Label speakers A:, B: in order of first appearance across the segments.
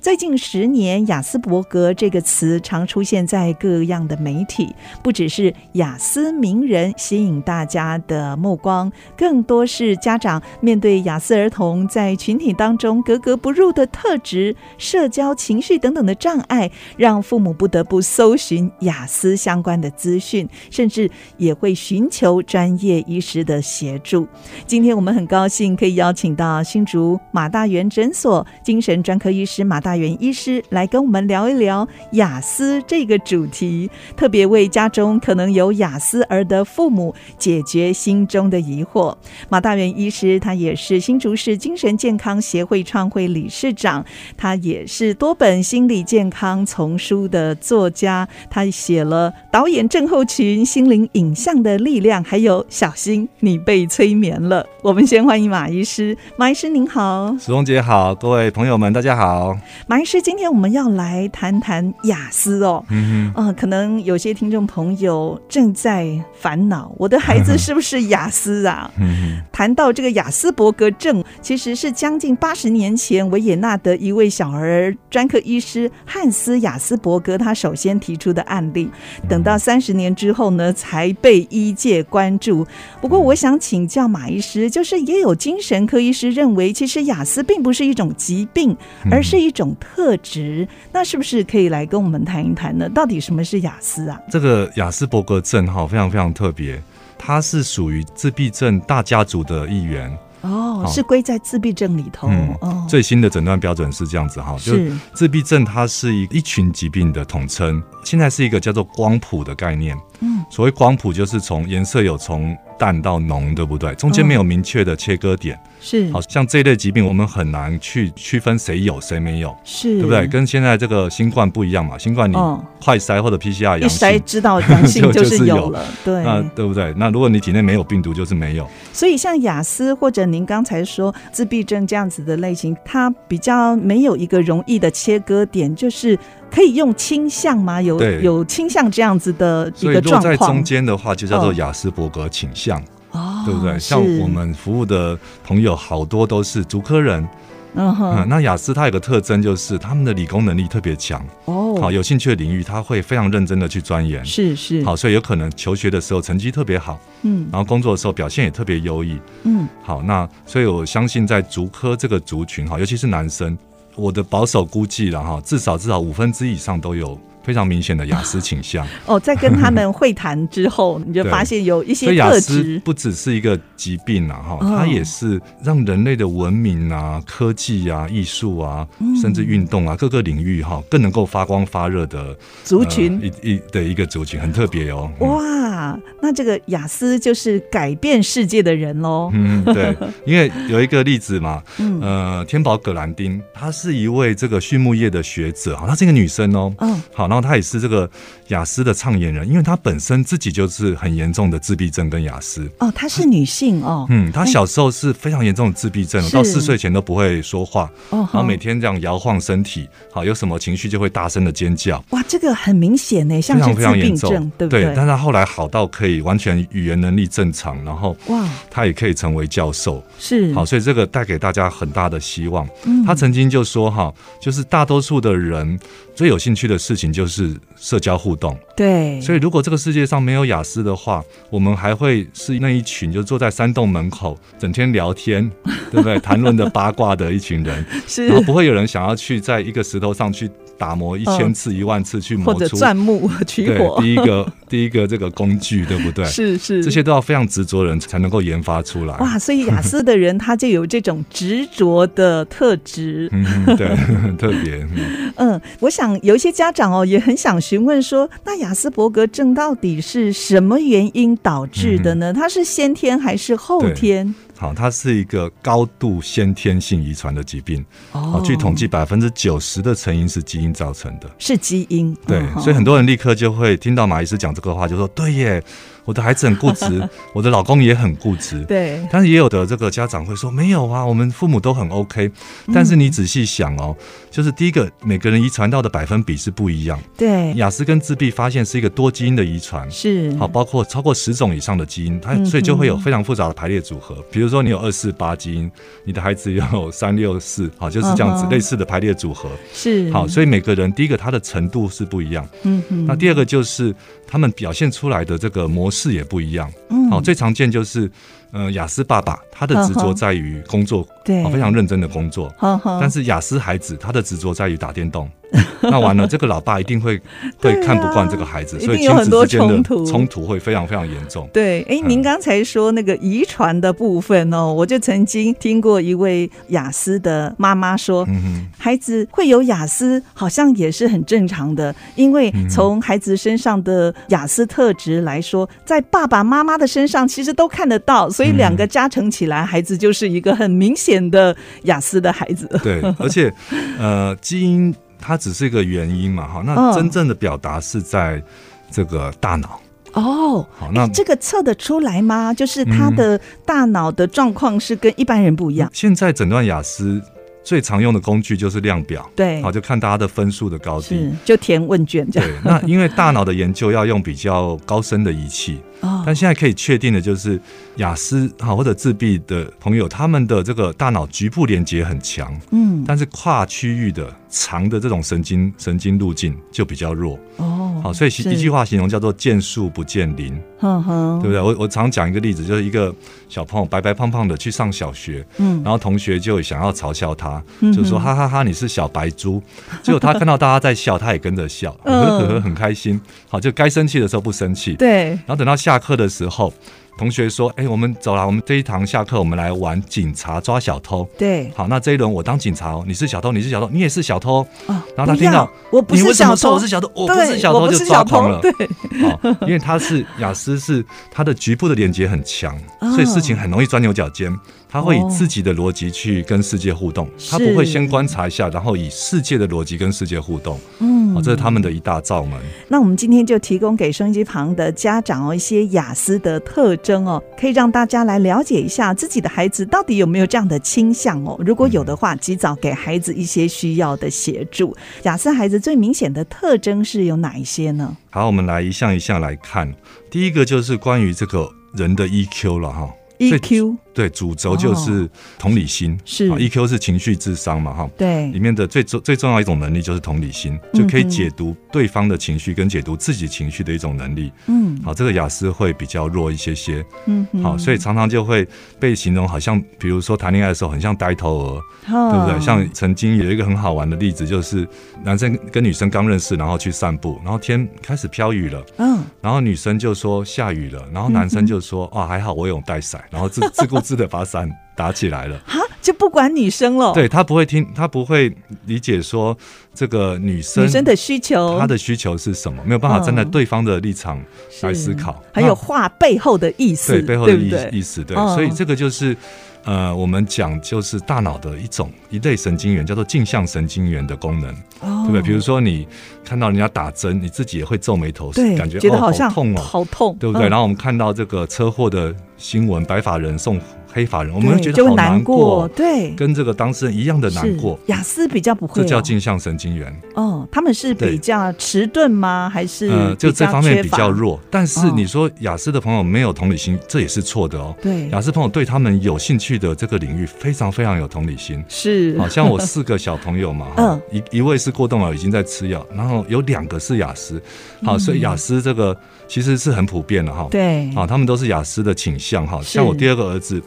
A: 最近十年，雅斯伯格这个词常出现在各样的媒体，不只是雅思名人吸引大家的目光，更多是家长面对雅思儿童在群体当中格格不入的特质、社交、情绪等等的障碍，让父母不得不搜寻雅思相关的资讯，甚至也会寻求专业。医师的协助。今天我们很高兴可以邀请到新竹马大元诊所精神专科医师马大元医师来跟我们聊一聊雅思这个主题，特别为家中可能有雅思儿的父母解决心中的疑惑。马大元医师他也是新竹市精神健康协会创会理事长，他也是多本心理健康丛书的作家，他写了《导演症候群：心灵影像的力量》，还有小。心，你被催眠了。我们先欢迎马医师，马医师您好，
B: 子荣姐好，各位朋友们大家好。
A: 马医师，今天我们要来谈谈雅思哦，嗯嗯、呃，可能有些听众朋友正在烦恼，我的孩子是不是雅思啊？嗯、谈到这个雅斯伯格症，其实是将近八十年前维也纳的一位小儿专科医师汉斯·雅斯伯格他首先提出的案例，等到三十年之后呢，才被医界关注。不过，我想请教马医师，就是也有精神科医师认为，其实雅思并不是一种疾病，
B: 嗯
A: 而是一种特质。嗯、那是不是可以来跟我们谈一谈呢？到底什么是雅思啊？
B: 这个雅斯伯格症哈，非常非常特别，它是属于自闭症大家族的一员。
A: 哦，是归在自闭症里头。嗯，哦、
B: 最新的诊断标准是这样子哈，就是自闭症它是一一群疾病的统称，现在是一个叫做光谱的概念。嗯，所谓光谱就是从颜色有从淡到浓，对不对？中间没有明确的切割点。哦、
A: 是，
B: 好像这一类疾病我们很难去区分谁有谁没有，
A: 是
B: 对不对？跟现在这个新冠不一样嘛，新冠你快筛或者 PCR
A: 嗯
B: 阳性，
A: 一筛知道阳 性就是有了，对，
B: 那对不对？那如果你体内没有病毒，就是没有。
A: 所以像雅思或者您刚才说自闭症这样子的类型，它比较没有一个容易的切割点，就是可以用倾向吗？有有倾向这样子的一个状况。
B: 在中间的话，就叫做雅斯伯格倾向，
A: 哦，
B: 对不对？像我们服务的朋友好多都是竹科人。
A: 嗯哼，
B: 那雅思它有个特征就是他们的理工能力特别强
A: 哦，
B: 好有兴趣的领域他会非常认真的去钻研，
A: 是是，
B: 好，所以有可能求学的时候成绩特别好，
A: 嗯，
B: 然后工作的时候表现也特别优异，
A: 嗯，
B: 好，那所以我相信在竹科这个族群哈，尤其是男生，我的保守估计了哈，至少至少五分之一以上都有。非常明显的雅思倾向
A: 哦，在跟他们会谈之后，你就发现有一些
B: 特质不只是一个疾病啊，哈、哦，它也是让人类的文明啊、科技啊、艺术啊，甚至运动啊、嗯、各个领域哈、啊，更能够发光发热的
A: 族群，
B: 呃、一一的一个族群，很特别哦。
A: 嗯、哇，那这个雅思就是改变世界的人喽。
B: 嗯，对，因为有一个例子嘛，
A: 嗯
B: 呃，天宝葛兰丁，她是一位这个畜牧业的学者，哈，她是一个女生哦。
A: 嗯，
B: 好，然后。他也是这个雅思的倡演人，因为他本身自己就是很严重的自闭症跟雅思。
A: 哦，她是女性哦。
B: 嗯，她小时候是非常严重的自闭症，到四岁前都不会说话，
A: 哦、
B: 然后每天这样摇晃身体，好，有什么情绪就会大声的尖叫。
A: 哇，这个很明显呢，像是自闭症，对不对？
B: 对，但他后来好到可以完全语言能力正常，然后
A: 哇，
B: 他也可以成为教授，
A: 是
B: 好，所以这个带给大家很大的希望。嗯、他曾经就说哈，就是大多数的人最有兴趣的事情就是。是社交互动，
A: 嗯对，
B: 所以如果这个世界上没有雅思的话，我们还会是那一群就坐在山洞门口，整天聊天， 对不对？谈论的八卦的一群人，
A: 是，
B: 然后不会有人想要去在一个石头上去打磨一千次、一万次去磨
A: 出钻 木取火，
B: 第一个 第一个这个工具，对不 对？
A: 是是，
B: 这些都要非常执着人才能够研发出来。
A: 哇， 所以雅思的人他就有这种执着的特质，
B: 嗯，对， 特别，
A: 嗯,嗯，我想有一些家长哦也。很想询问说，那雅斯伯格症到底是什么原因导致的呢？嗯、它是先天还是后天？
B: 好，它是一个高度先天性遗传的疾病。
A: 哦，
B: 据统计，百分之九十的成因是基因造成的。
A: 是基因，嗯
B: 对，嗯、所以很多人立刻就会听到马医师讲这个话，就说：“对耶， 我的孩子很固 执，我的老公也很固执。
A: 对，
B: 但是也有的这个家长会说没有啊，我们父母都很 OK。但
A: 嗯
B: 是你仔细想哦，就是第一个，每个人遗传到的百分比是不一样。
A: 对，
B: 雅思跟自闭发现是一个多基因的遗传，
A: 是
B: 好，包括超过十种以上的基因，它
A: 嗯
B: 所以就会有非常复杂的排列组合。比如说你有二四八基因，你的孩子有 三六四，好，就是这样
A: 嗯
B: 子类似的排列组合。
A: 是
B: 好，所以每个人第一个他的程度是不一样。
A: 嗯哼，
B: 那第二个就是他们表现出来的这个模式也不一样。
A: 嗯
B: 好，最常见就是，呃，雅思爸爸他的执
A: 呵呵
B: 着在于工作，
A: 对
B: 好非常认真的工作。
A: 呵呵，
B: 但是雅思孩子他的执着在于打电动， 那完了，这个老爸一 定会会
A: 对啊
B: 看不惯这个孩子，
A: 一
B: 所以
A: 定有
B: 亲
A: 很
B: 子
A: 多
B: 之间的
A: 冲突
B: 冲突会非常非常严重。
A: 对，哎，
B: 嗯
A: 您刚才说那个遗传的部分哦，我就曾经听过一位雅思的妈妈说，
B: 嗯哼，
A: 孩子会有雅思，好像也是很正常的，因为
B: 嗯
A: 从孩子身上的雅思特质来说，在爸爸妈妈的身上其实都看得到，所以两个加成起来，孩子就是一个很明显的雅思的孩子。
B: 对，而且呃，基因它只是一个原因嘛，哈，那
A: 嗯
B: 真正的表达是在这个大脑。
A: 哦，
B: 好，那
A: 这个测得出来吗？就是他的大脑的状况是跟一般人不一样。
B: 现在诊断雅思最常用的工具就是量表，
A: 对
B: 好，，就看大家的分数的高低
A: 是。就填问卷这样。
B: 对，那因为大脑的研究要用比较高深的仪器，
A: 哦
B: 但现在可以确定的就是，雅思哈或者自闭的朋友，他们的这个大脑局部连接很强，
A: 嗯，
B: 但是跨区域的长的这种神经神经路径就比较弱。
A: 哦，
B: 好，所以
A: 是
B: 一句，话形容叫做见树不见林，
A: 哼嗯哼，
B: 对不对？我我常讲一个例子，就是一个小朋友白白胖胖的去上小学，
A: 嗯，
B: 然后同学就想要嘲笑他，
A: 嗯
B: 就说哈哈哈，你是小 白猪。结果他看到大家在笑，他也跟着笑，呵
A: 嗯
B: 呵呵，很开心。好，就该生气的时候不生气。
A: 对，
B: 然后等到下课的时候，同学说：“哎，我们走了，我们这一堂下课，我们来玩警察抓小偷。
A: 对，
B: 好，那这一轮我当警察哦，你是小偷，你是小偷，你也是小偷。
A: 啊，
B: 然后他
A: 不
B: 听
A: 要
B: 到
A: 我不
B: 你
A: 是
B: 为什么
A: 小
B: 说
A: 偷
B: 我，是小偷？我
A: 对
B: 不是小
A: 我
B: 偷
A: 不
B: 就是抓
A: 小
B: 狂
A: 偷
B: 了。
A: 对，
B: 好，哦因为他是雅思是他的局部的连接很强，
A: 哦
B: 所以事情很容易钻牛角尖。他会以自己的逻辑去跟世界互动，他不会
A: 是
B: 先观察一下，然后以世界的逻辑跟世界互动。哦
A: 嗯
B: 好，这是他们的一大罩门。
A: 那我们今天就提供给收音机旁的家长哦一些雅思的特征哦，可以让大家来了解一下自己的孩子到底有没有这样的倾向哦。如果有的话，及早给孩子一些需要的协助。雅思孩子最明显的特征是有哪一些呢？
B: 好，我们来一项一项来看。第一个就是关于这个人的 EQ 了哈。最
A: EQ
B: 对，主轴就是同理心，
A: 哦是
B: 好 EQ 是情绪智商嘛哈。里
A: 对，
B: 面的最重最重要一种能力就是同理心，就可以
A: 嗯
B: 解读对方的情绪跟解读自己情绪的一种能力。
A: 嗯
B: 好，这个雅思会比较弱一些些。
A: 嗯哼，
B: 好，所以常常就会被形容好像，比如说谈恋爱的时候很像呆头鹅，对
A: 对
B: 不对？像曾经有一个很好玩的例子，就是男生跟女生刚认识，然后去散步，然后天开始飘雨了。
A: 嗯
B: 然后女生就说下雨了，然后男生就说啊还好我有带伞，然后自自顾自的把伞打起来了。
A: 哈，就不管女生了，
B: 对他不会听，他不会理解说这个女生
A: 女生的需求，
B: 她的需求是什么，没有办法站在
A: 嗯
B: 对方的立场来思
A: 是
B: 考，
A: 还有
B: 那
A: 话背后的意思，
B: 对背后的
A: 不
B: 意
A: 对
B: 意思，对，
A: 嗯
B: 所以这个就是呃我们讲就是大脑的一种一类神经元叫做镜像神经元的功能，
A: 哦
B: 对不对？比如说你看到人家打针，你自己也会皱眉头，
A: 对，
B: 感觉
A: 觉得
B: 哦
A: 好像
B: 痛哦，
A: 好痛，
B: 对不对？
A: 嗯
B: 然后我们看到这个车祸的新闻，白发人送黑发人，我们会
A: 对
B: 觉
A: 就
B: 得
A: 会
B: 好难
A: 过，
B: 过，
A: 对，
B: 跟这个当事人一样的难过
A: 是。雅思比较不会哦，
B: 这叫镜像神经元，
A: 哦，他们是
B: 对
A: 比较迟钝吗？还是
B: 呃，就这方面比较
A: 缺乏，嗯
B: 弱。但是你说雅思的朋友没有同理心，这也是错的哦。
A: 对，
B: 雅思朋友对他们有兴趣的这个领域非常非常有同理心。
A: 是嗯
B: 好像我四个小朋 友嘛，哈，一一位是过动了，已经在吃药，然后有两个是雅思，好，所以雅思这个其实是很普遍的哈。
A: 嗯
B: 啊
A: 对，
B: 好，他们都是雅思的倾向哈。
A: 是
B: 像我第二个儿子，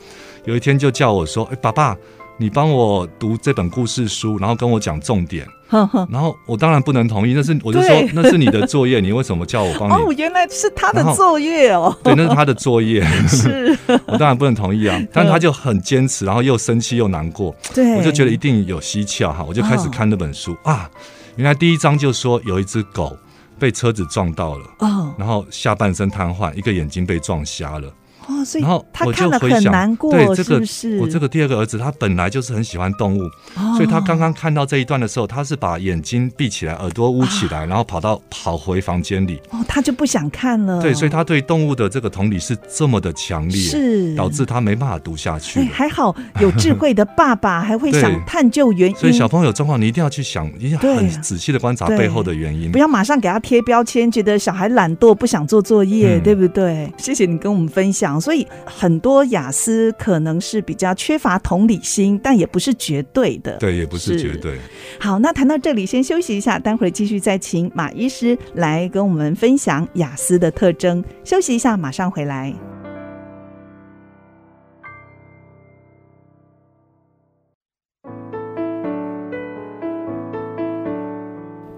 B: 有一天就叫我说：“哎、爸爸，你帮我读这本故事书，然后跟我讲重点。
A: 哼哼”，
B: 然后我当然不能同意，那是我就说
A: 对
B: 那是你的作业，你为什么叫我帮你？
A: 哦，原来是他的
B: 然后嗯
A: 作业哦，
B: 对，那是他的作业，
A: 是，
B: 我当然不能 同意啊。但他就很坚持，然后又生气又难过，
A: 嗯对，
B: 我就觉得一定有蹊跷哈，我就开始
A: 哦
B: 看那本书、啊。原来第一章就说有一只狗被车子撞到了，
A: 哦，
B: 然后下半身瘫痪，一个眼睛被撞瞎了。
A: 哦，所以
B: 然后
A: 他
B: 我
A: 看
B: 就
A: 了
B: 回
A: 很
B: 想
A: 难过，
B: 对这
A: 是
B: 个
A: 不是？
B: 我这个第二个儿子，他本来就是很喜欢动物，
A: 哦，
B: 所以他刚刚看到这一段的时候，他是把眼睛闭起来，耳朵捂起
A: 啊
B: 来，然后跑到跑回房间里。
A: 哦，他就不想看了。
B: 对，所以他对动物的这个同理是这么的强烈，
A: 是
B: 导致他没办法读下
A: 哎
B: 去，了。
A: 还好有智慧的爸爸还会想
B: 对
A: 探究原因，
B: 所以小朋友状况，你一定要去想，你要
A: 嗯对
B: 很仔细的观察
A: 对
B: 背后的原因
A: 不。要马上给他贴标签，觉得小孩懒惰不想做作业，
B: 嗯
A: 对不对？谢谢你跟我们分享。所以很多雅思可能是比较缺乏同理心，但也不是绝对的。
B: 对，也不是
A: 是
B: 绝对。
A: 好，那谈到这里，先休息一下，待会儿继续再请马医师来跟我们分享雅思的特征。休息一下，马上回来。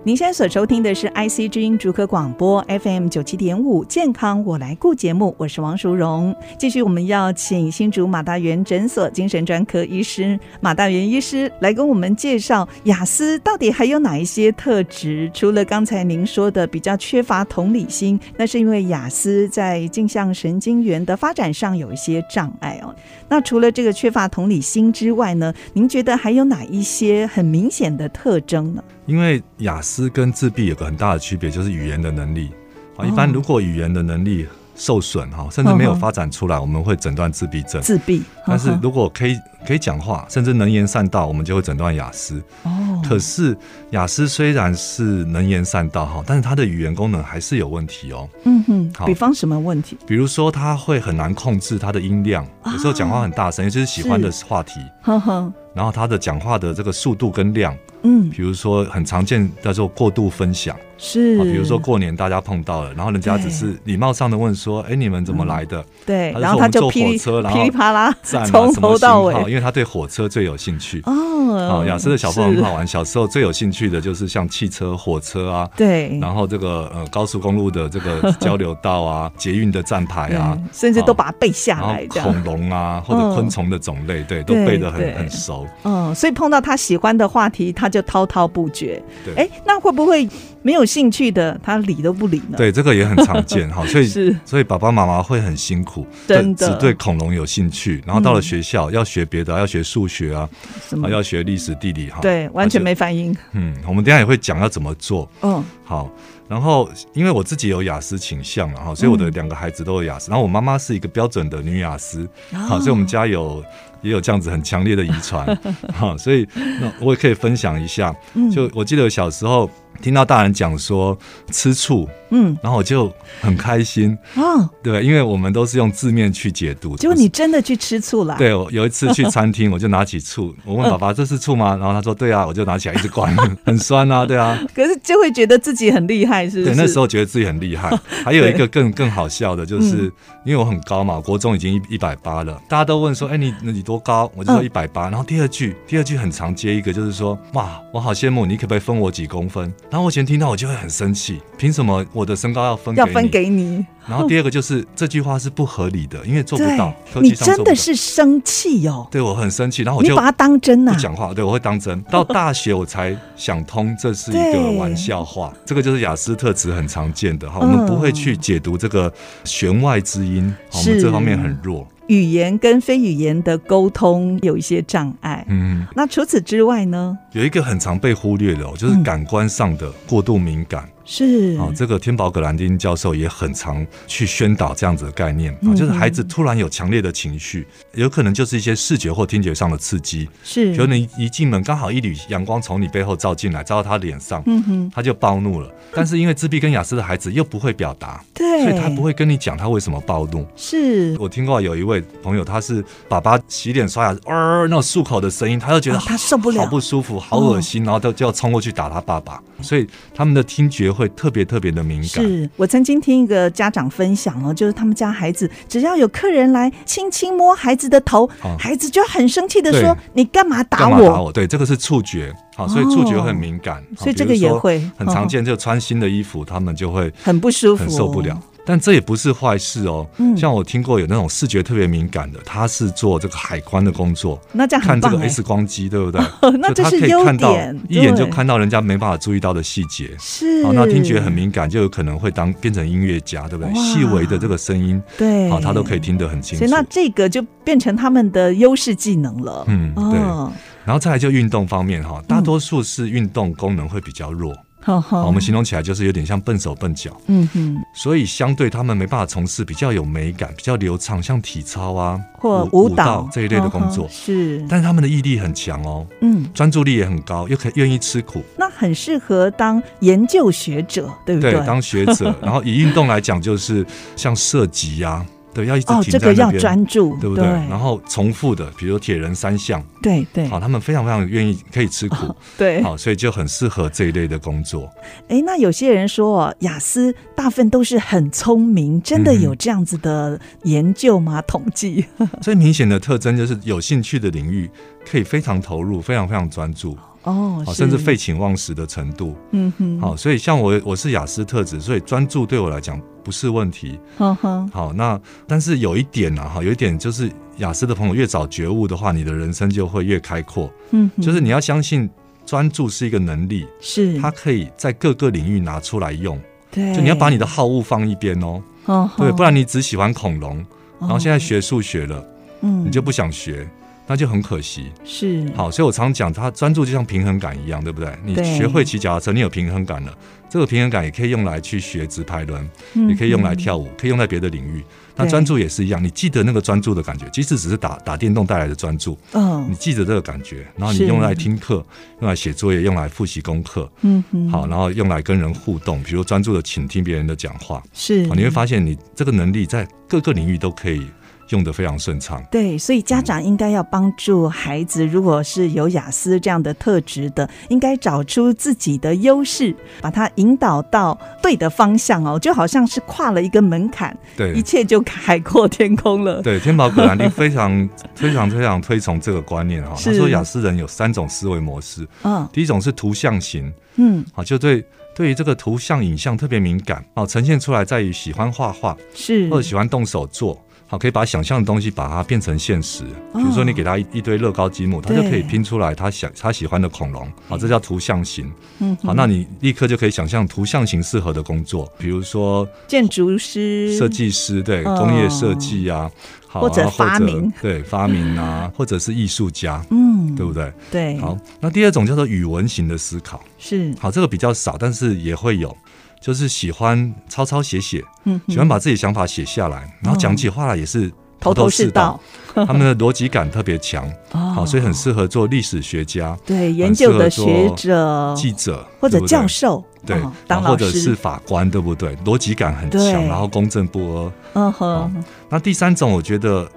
A: 您现在所收听的是 IC 之音主客广播 FM 九七点五健康我来顾节目，我是王淑荣。继续，我们要请新竹马大元诊所精神专科医师马大元医师来跟我们介绍雅思到底还有哪一些特质？除了刚才您说的比较缺乏同理心，那是因为雅思在镜像神经元的发展上有一些障碍哦。那除了这个缺乏同理心之外呢，您觉得还有哪一些很明显的特征呢？
B: 因为雅思跟自闭有个很大的区别，就是语言的能力啊。
A: 哦
B: 一般如果语言的能力受损哈，甚至没有发展出来，我们会诊断自闭症。
A: 自闭，
B: 但是
A: 呵呵
B: 如果可以可以讲话，甚至能言善道，我们就会诊断雅思。
A: 哦，
B: 可是雅思虽然是能言善道哈，但是他的语言功能还是有问题哦。
A: 嗯哼，
B: 好
A: 比方什么问题？
B: 比如说，他会很难控制他的音量，有时候讲话很大
A: 啊
B: 声，尤其是喜欢的话题。
A: 呵呵，
B: 然后他的讲话的这个速度跟量，
A: 嗯，
B: 比如说很常见叫做过度分享啊，
A: 是，
B: 比如说过年大家碰到了，然后人家
A: 对
B: 只是礼貌上的问说：“哎，你们怎么来的
A: 对，
B: 他就
A: 然
B: 说
A: 后
B: 我
A: 他
B: 们
A: 就
B: 坐
A: 噼里
B: 火车然后
A: 噼里啪啦？”
B: 站啊，
A: 嗯从
B: 什么
A: 头
B: 型
A: 到
B: 号
A: 尾，
B: 因为他对火车最有兴趣。
A: 哦
B: 哦，，雅思的小朋友
A: 是
B: 很好玩，小时候最有兴趣的就是像汽车、火车啊，
A: 对，
B: 然后这个呃高速公路的这个交流道 啊，捷运的站牌啊
A: 对，甚至都
B: 哦
A: 把它背下
B: 然
A: 嗯
B: 后
A: 来，这样，
B: 恐龙啊或者昆虫的种类，对，都
A: 对
B: 背得很
A: 对
B: 很熟。
A: 嗯，所以碰到他喜欢的话题，他就滔滔不绝。
B: 对
A: 哎，那会不会没有兴趣的，他理都不理呢？，
B: 对，这个也很常 见哈，所以
A: 是
B: 所以爸爸妈妈会很辛苦，
A: 真的
B: 只对恐龙有兴趣，然后到了
A: 嗯
B: 学校、要学别的，要学数学啊，
A: 什么
B: 啊？要学历史地理哈。
A: 对，完全没反应。
B: 嗯，我们等一下也会讲要怎么做
A: 嗯，
B: 好。然后因为我自己有雅思倾向了哈，所以我的
A: 嗯
B: 两个孩子都有雅思，然后我妈妈是一个标准的女雅思，
A: 哦
B: 好，所以我们家有。也有这样子很强烈的遗 传，哈、所以那我也可以分享一下。
A: 嗯
B: 就我记得小时候听到大人讲说吃醋，
A: 嗯
B: 然后我就很开心，
A: 哦，
B: 对，因为我们都是用字面去解读。
A: 结果你真的去吃醋了？，
B: 对我有一次去餐厅，我就拿起醋，我问爸爸这是醋吗？然后他说对啊，我就拿起来一直灌， 很酸啊，对啊。
A: 可是就会觉得自己很厉害，是不
B: 对，
A: 是？
B: 那时候觉得自己很 厉害。还有一个更更好笑的，就是
A: 嗯
B: 因为我很高嘛，国中已经一一百八了，大家都问说，哎，你你多高？我就说
A: 嗯
B: 一百八。然后第二句，第二句很常接一个，就是说，哇，我好羡慕你，可不可以分我几公分？然后我以前听到我就会很生气，凭什么我的身高要分
A: 要
B: 你
A: 分给嗯你，
B: 然后第二个就是这句话是不合理的，因为做不到，科
A: 你
B: 技上做
A: 真
B: 不到
A: 的。是生气哦，
B: 对我很生气，然后我
A: 你
B: 就
A: 把它当真呐
B: 不？讲话，对我会 当真。到大学我才想通，这是一个
A: 对
B: 玩笑话。这个就是雅思特质很常见的哈，我
A: 嗯
B: 们不会去解读这个弦外之音，好我
A: 是
B: 们这方面很弱。
A: 语言跟非语言的沟通有一些障碍。
B: 嗯，
A: 那除此之外呢？
B: 有一个很常被忽略的哦，就是
A: 嗯
B: 感官上的过度敏感。
A: 是
B: 啊，这个天宝格兰丁教授也很常去宣导这样子的概念
A: 嗯
B: 啊，就是孩子突然有强烈的情绪，有可能就是一些视觉或听觉上的刺激，
A: 是
B: 比如你一进门，刚好一缕阳光从你背后照进来，照到他脸上，
A: 嗯哼，
B: 他就暴怒了。但是因为自闭跟雅思的孩子又不会表达，
A: 对，
B: 所以他不会跟你讲他为什么暴怒。
A: 是
B: 我听过有一位朋友，他是爸爸洗脸刷牙，呃，那种漱口的声音，他就觉得、
A: 哦他受不了嗯
B: 好不舒服，好恶心，然后就就要冲过去打他爸爸。所以他们的听觉会特别特别的敏感。
A: 是我曾经听一个家长分享哦，就是他们家孩子只要有客人来轻轻摸孩子的头，
B: 哦
A: 孩子就很生气的说
B: 对：“
A: 你干嘛打
B: 干嘛
A: 我？”哦
B: 打我？对，这个是触觉，好，所以触觉很敏感，好
A: 所以这
B: 比
A: 个
B: 如
A: 也
B: 说
A: 会嗯
B: 很常见，就穿新的衣服，他们就会
A: 很不舒服，哦嗯
B: 很受不了。但这也不是坏事哦。像我听过有那种视觉特别敏感的，他是做这个海关的工作，
A: 那这样
B: 看
A: 很
B: 这
A: 棒
B: 个
A: 哎、
B: X 光机，对不对？
A: 那
B: 就
A: 这
B: 他
A: 是
B: 可以
A: 优
B: 看到
A: 点，
B: 一眼就
A: 对
B: 看到人家没办法注意到的细节。
A: 是
B: 好，哦那听觉很敏感，就有可能会当变成音乐家，对不对？
A: 哇
B: 细微的这个声音，
A: 对，
B: 好，哦他都可以听得很清
A: 所
B: 楚
A: 以。那这个就变成他们的优势技能了。
B: 嗯，对。
A: 哦，
B: 然后再来就运动方面哈，大
A: 嗯
B: 多数是运动功能会比较弱，
A: 好
B: 好
A: 好，
B: 我们形容起来就是有点像笨手笨脚，
A: 嗯哼，
B: 所以相对他们没办法从事比较有美感、比较流畅，像体操啊
A: 或
B: 舞
A: 舞蹈
B: 这一类的工
A: 哦
B: 作。
A: 是，
B: 但是他们的毅力很强哦，
A: 嗯，
B: 专注力也很高，又可愿意吃苦，
A: 那很适合当研究学者，对不
B: 对，当学 者。然后以运动来讲，就是像射击呀、对，要一直
A: 哦，这
B: 停
A: 个
B: 在那
A: 要
B: 边。
A: 专注，
B: 对不对？然后重复的，比如铁人三项，
A: 对对哦
B: 好，他们非常非常愿意可以吃苦，
A: 对。
B: 好，所以就很适合这一类的工作。
A: 哎，那有些人说哦，雅思大部分都是很聪明，真的
B: 嗯哼
A: 有这样子的研究吗？统 计？
B: 最明显的特征就是有兴趣的领域可以非常投入，非常非常专注，
A: 哦，
B: 好，
A: 是
B: 甚至废寝忘食的程度。
A: 嗯哼，
B: 好，所以像我我是雅思特质，所以专注对我来讲不是问题。
A: 呵呵，
B: 好，那但是有一点呢，哈，有一点就是雅思的朋友越早觉悟的话，你的人生就会越开阔。
A: 嗯哼，
B: 就是你要相信专注是一个能力，
A: 是哎
B: 它可以在各个领域拿出来用。
A: 对，
B: 就你要把你的好恶放一边哦，
A: 呵呵，
B: 对，不然你只喜欢恐龙，然后现在
A: 哦
B: 学数学了，
A: 嗯
B: 你就不想学，那就很可惜。
A: 是
B: 好，所以我常讲，它专注就像平衡感一样，对不对？你
A: 对
B: 学会骑脚踏车，你有平衡感了，这个平衡感也可以用来去学直排轮，
A: 嗯
B: 也可以用来跳舞，可以用在别的领域。那
A: 对
B: 专注也是一样，你记得那个专注的感觉，即使只是打打电动带来的专注，你
A: 嗯
B: 记得这个感觉，然后你
A: 是
B: 用来听课，用来写作业，用来复习功课，
A: 嗯哼，
B: 好，然后用来跟人互动，比如专注的倾听别人的讲话，
A: 是
B: 哦好，你会发现你这个能力在各个领域都可以用得非常顺畅。
A: 对，所以家长应该要帮助孩子，如果是有雅思这样的特质的，应该找出自己的优势，把它引导到对的方向哦，就好像是跨了一个门槛，一
B: 对。
A: 切就海阔天空 了。
B: 对，天宝格兰利非常 非常非常推崇这个观念哈。他
A: 是
B: 说雅思人有三种思维模式，
A: 嗯
B: 第一种是图像型，
A: 嗯，
B: 啊，就对对于这个图像影像特别敏感，啊，呈现出来在于喜欢画画
A: 是
B: 或者喜欢动手做，好，可以把想象的东西把它变成现实。
A: 哦
B: 比如说你给他一一堆乐高积木，他
A: 对
B: 就可以拼出来他想他喜欢的恐龙，好，这叫图像型。
A: 嗯
B: 好，那你立刻就可以想象图像型适合的工作，比如说
A: 建筑师
B: 设计师，对，
A: 哦
B: 工业设计啊，好
A: 或者
B: 啊
A: 发明，
B: 对，发明啊，或者是艺术家，
A: 嗯
B: 对不对？
A: 对
B: 好，那第二种叫做语文型的思考，
A: 是
B: 好，这个比较少，但是也会有，就是喜欢抄抄写写，
A: 嗯哼嗯
B: 喜欢把自己想法写下来，然后讲起话来也是
A: 头头是道，
B: 头头是道他们的逻辑感特别强，
A: 哦
B: 好，所以很适合做历史学家、
A: 对研究的学者
B: 记者
A: 哦或者
B: 对不对
A: 教授
B: 对
A: 哦，
B: 然
A: 当
B: 后或
A: 老
B: 者是
A: 师，
B: 法官，对不对？逻辑感很强
A: 对，
B: 然后公正不阿。
A: 嗯哼
B: 那第三种，我觉得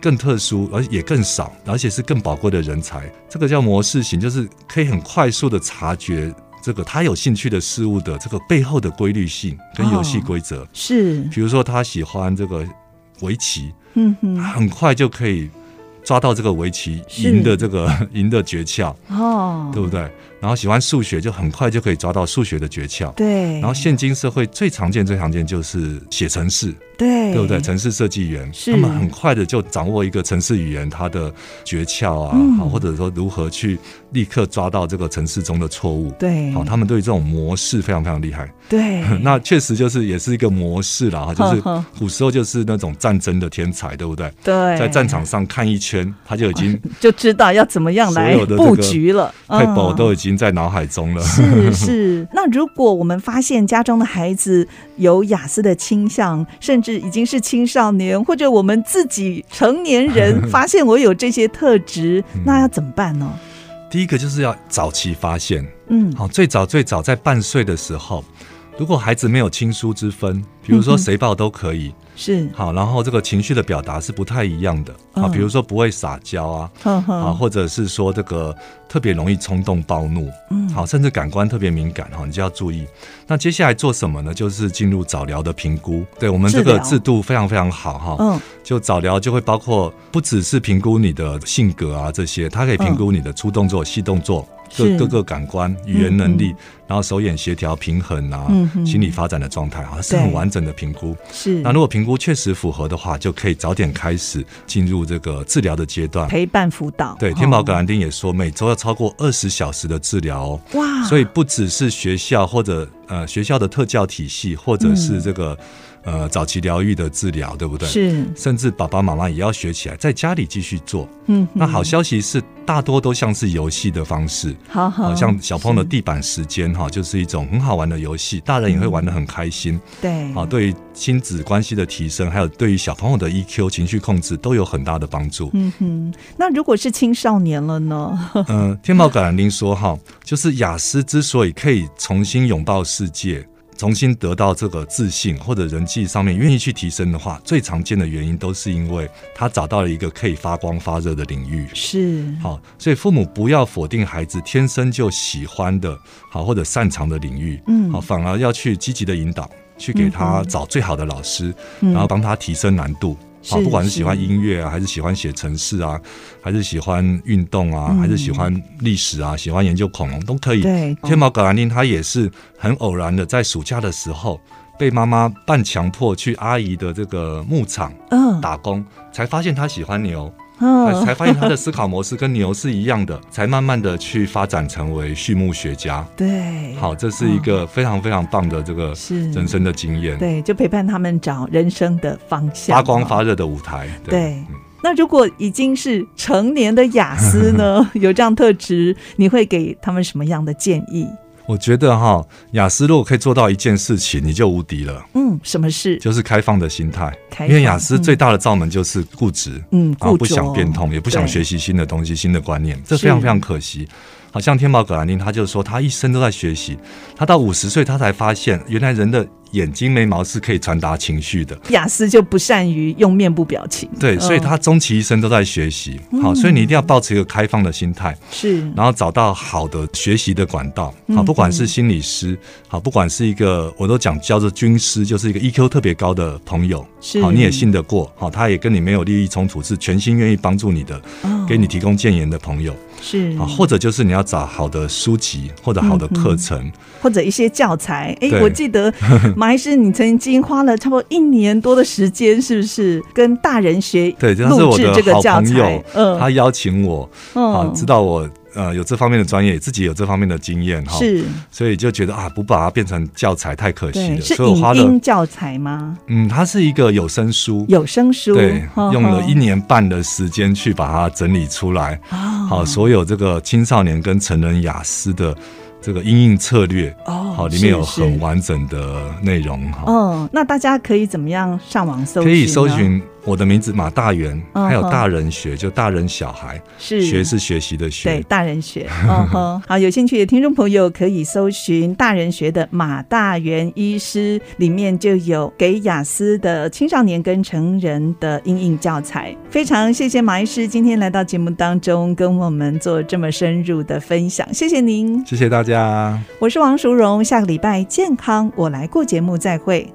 B: 更特殊，而也更少，而且是更宝贵的人才。这个叫模式型，就是可以很快速的察觉这个他有兴趣的事物的这个背后的规律性跟游戏规
A: 啊
B: 则。
A: 是
B: 比如说，他喜欢这个围棋，
A: 嗯哼
B: 他很快就可以抓到这个围棋
A: 是
B: 赢的这个 赢的诀窍，
A: 哦
B: 对不对？然后喜欢数学，就很快就可以抓到数学的诀窍。
A: 对，
B: 然后现今社会最常见、最常见就是写程式，
A: 对
B: 对不对？城市设计员，
A: 哎是
B: 他们很快的就掌握一个城市语言它的诀窍啊，
A: 嗯
B: 好或者说如何去立刻抓到这个城市中的错误。
A: 对，
B: 好，他们对于这种模式非常非常厉害。，
A: 对
B: 那确实就是也是一个模式啦，就是
A: 呵呵
B: 古时候就是那种战争的天才，对不对？
A: 对
B: 在战场上看一圈，他就已 经
A: 就知道要怎么样来
B: 所有的这个
A: 布局了。
B: 太保
A: 嗯
B: 都已经在脑海中了。
A: 是是， 那如果我们发现家中的孩子有雅思的倾向，甚至已经是青少年，或者我们自己成年 人发现我有这些特质，
B: 嗯
A: 那要怎么办呢？
B: 第一个就是要早期发现，
A: 嗯，
B: 好，最早最早在半岁的时候，如果孩子没有亲疏之分，比如
A: 嗯
B: 说
A: 哼
B: 谁抱都可以，
A: 是，
B: 好，然后这个情绪的表达是不太一样的啊，
A: 嗯
B: 比如说不会撒娇啊，
A: 呵
B: 啊，
A: 呵，
B: 或者是说这个特别容易冲动暴怒，
A: 嗯
B: 好，甚至感官特别敏感哈，你就要注意。那接下来做什么呢？就是进入早疗的评估。对我们这
A: 治
B: 个
A: 疗
B: 制度非常非常好哈，
A: 嗯，
B: 就早疗就会
A: 嗯
B: 包括不只是评估你的性格啊这些，它可以评估你的粗动作、细动作，各各个感官、语
A: 嗯
B: 言能力，然后手眼协调、平衡啊，心理发展的状态，好像是很完整的评估。
A: 是
B: 那如果评估确实符合的话，就可以早点开始进入这个治疗的阶段。
A: 陪伴辅导。
B: 对，
A: 哦
B: 天宝格兰丁也说，每周要超过二十小时的治疗哦。
A: 哇，
B: 所以不只是学校或者呃学校的特教体系，或者是这个、呃早期疗愈的治疗，对不对？。
A: 嗯是
B: 甚至爸爸妈妈也要学起来，在家里继续做。
A: 嗯哼
B: 那好消息是，大多都像是游戏的方式，
A: 好好
B: 好像小朋友的地板时间哈，就是一种很好玩的游戏，大人也会玩得很开心。
A: 对
B: 啊，对于亲子关系的提升，还有对于小朋友的 EQ 情绪控制都有很大的帮助。
A: 嗯哼，那如果是青少年了呢？
B: 嗯、天猫橄榄丁说哈，就是雅思之所以可以重新拥抱世界。重新得到这个自信或者人际上面愿意去提升的话，最常见的原因都是因为他找到了一个可以发光发热的领域。
A: 是
B: 好，所以父母不要否定孩子天生就喜欢的，好或者擅长的领域，
A: 嗯
B: 好，反而要去积极的引导，去给他找最好的老师，
A: 嗯
B: 然后帮他提升难度。好，
A: 是
B: 不管是喜欢
A: 是
B: 音乐啊，还是喜欢写程式啊，还是喜欢运动啊，还是喜欢历史啊，喜欢研究恐龙都可以。
A: 嗯对
B: 天猫葛兰丁他也是很偶然的，在暑假的时候被妈妈半强迫去阿姨的这个牧场
A: 嗯
B: 打工，才发现他喜欢牛。才
A: 嗯，
B: 才发现他的思考模式跟牛是一样的，才慢慢的去发展成为畜牧学家。
A: 对，嗯
B: 好，这是一个非常非常棒的这个
A: 是
B: 人生的经验，
A: 对，就陪伴他们找人生的方向，
B: 发光。发热嗯的舞台。
A: 对那如果已经是成年的雅思 呢，有这样特质，你会给他们什么样的建议？
B: 我觉得哈，雅思如果可以做到一件事情，你就无敌了，
A: 嗯，什么事？
B: 就是开放的心态。
A: 开放
B: 因为雅思最大的罩门就是固执，
A: 嗯，
B: 啊，
A: 固
B: 不想
A: 着
B: 变通，也不想
A: 对
B: 学习新的东西、新的观念，这
A: 是
B: 非常非常可惜。好像天宝葛兰丁，他就说他一生都在学习，他到五十岁他才发现，原来人的眼睛眉毛是可以传达情绪的。
A: 雅思就不善于用面部表情。
B: 对，
A: 嗯
B: 所以他终其一生都在学习。好，所以你一定要保持一个开放的心态，
A: 是
B: 然后找到好的学习的管道。
A: 嗯
B: 好，不管是心理师，好，不管是一个我都讲叫做军师，就是一个 EQ 特别高的朋友，
A: 是
B: 好，你也信得过，好，他也跟你没有利益冲突，是全心愿意帮助你的，
A: 哦嗯
B: 给你提供建言的朋友。
A: 是
B: 啊，或者就是你要找好的书籍或者好的课
A: 嗯
B: 程，
A: 或者一些教材。哎，
B: 对
A: 我记 得马医师，你曾经花了差不多一年多的时间，是不是跟大人学
B: 对，这是
A: 录
B: 我
A: 制这
B: 的
A: 个
B: 好
A: 教
B: 朋友
A: 材？，嗯
B: 他邀请我，啊，知道我呃有这方面的专业，自己有这方面的经验哈，
A: 是
B: 所以就觉得啊，不把它变成教材太可惜
A: 对，
B: 了，
A: 是
B: 所以我花
A: 影
B: 了
A: 音，教材吗？
B: 嗯，它是一个有声书。
A: 有声书
B: 对，
A: 呵
B: 用了一
A: 呵
B: 年半的时间去把它整理出来，
A: 哦
B: 好，所有这个青少年跟成人雅思的这个应用策略，
A: 哦
B: 好，里面有
A: 是
B: 很
A: 是
B: 完整的内容哈。
A: 嗯，那大家可以怎么样上网搜
B: 可
A: 寻呢？
B: 以搜寻我的名字马大元，
A: 嗯
B: 还有大人学，就大人小孩，
A: 是
B: 学是学习的
A: 对
B: 学。
A: 大人学，嗯哼，好，有兴趣的听众朋友可以搜寻大人学的马大元医师，里面就有给雅思的青少年跟成人的英印教材。非常谢谢马医师今天来到节目当中跟我们做这么深入的分享，谢谢您，
B: 谢谢大家。
A: 我是王淑荣，下个礼拜健康我来过节目再会。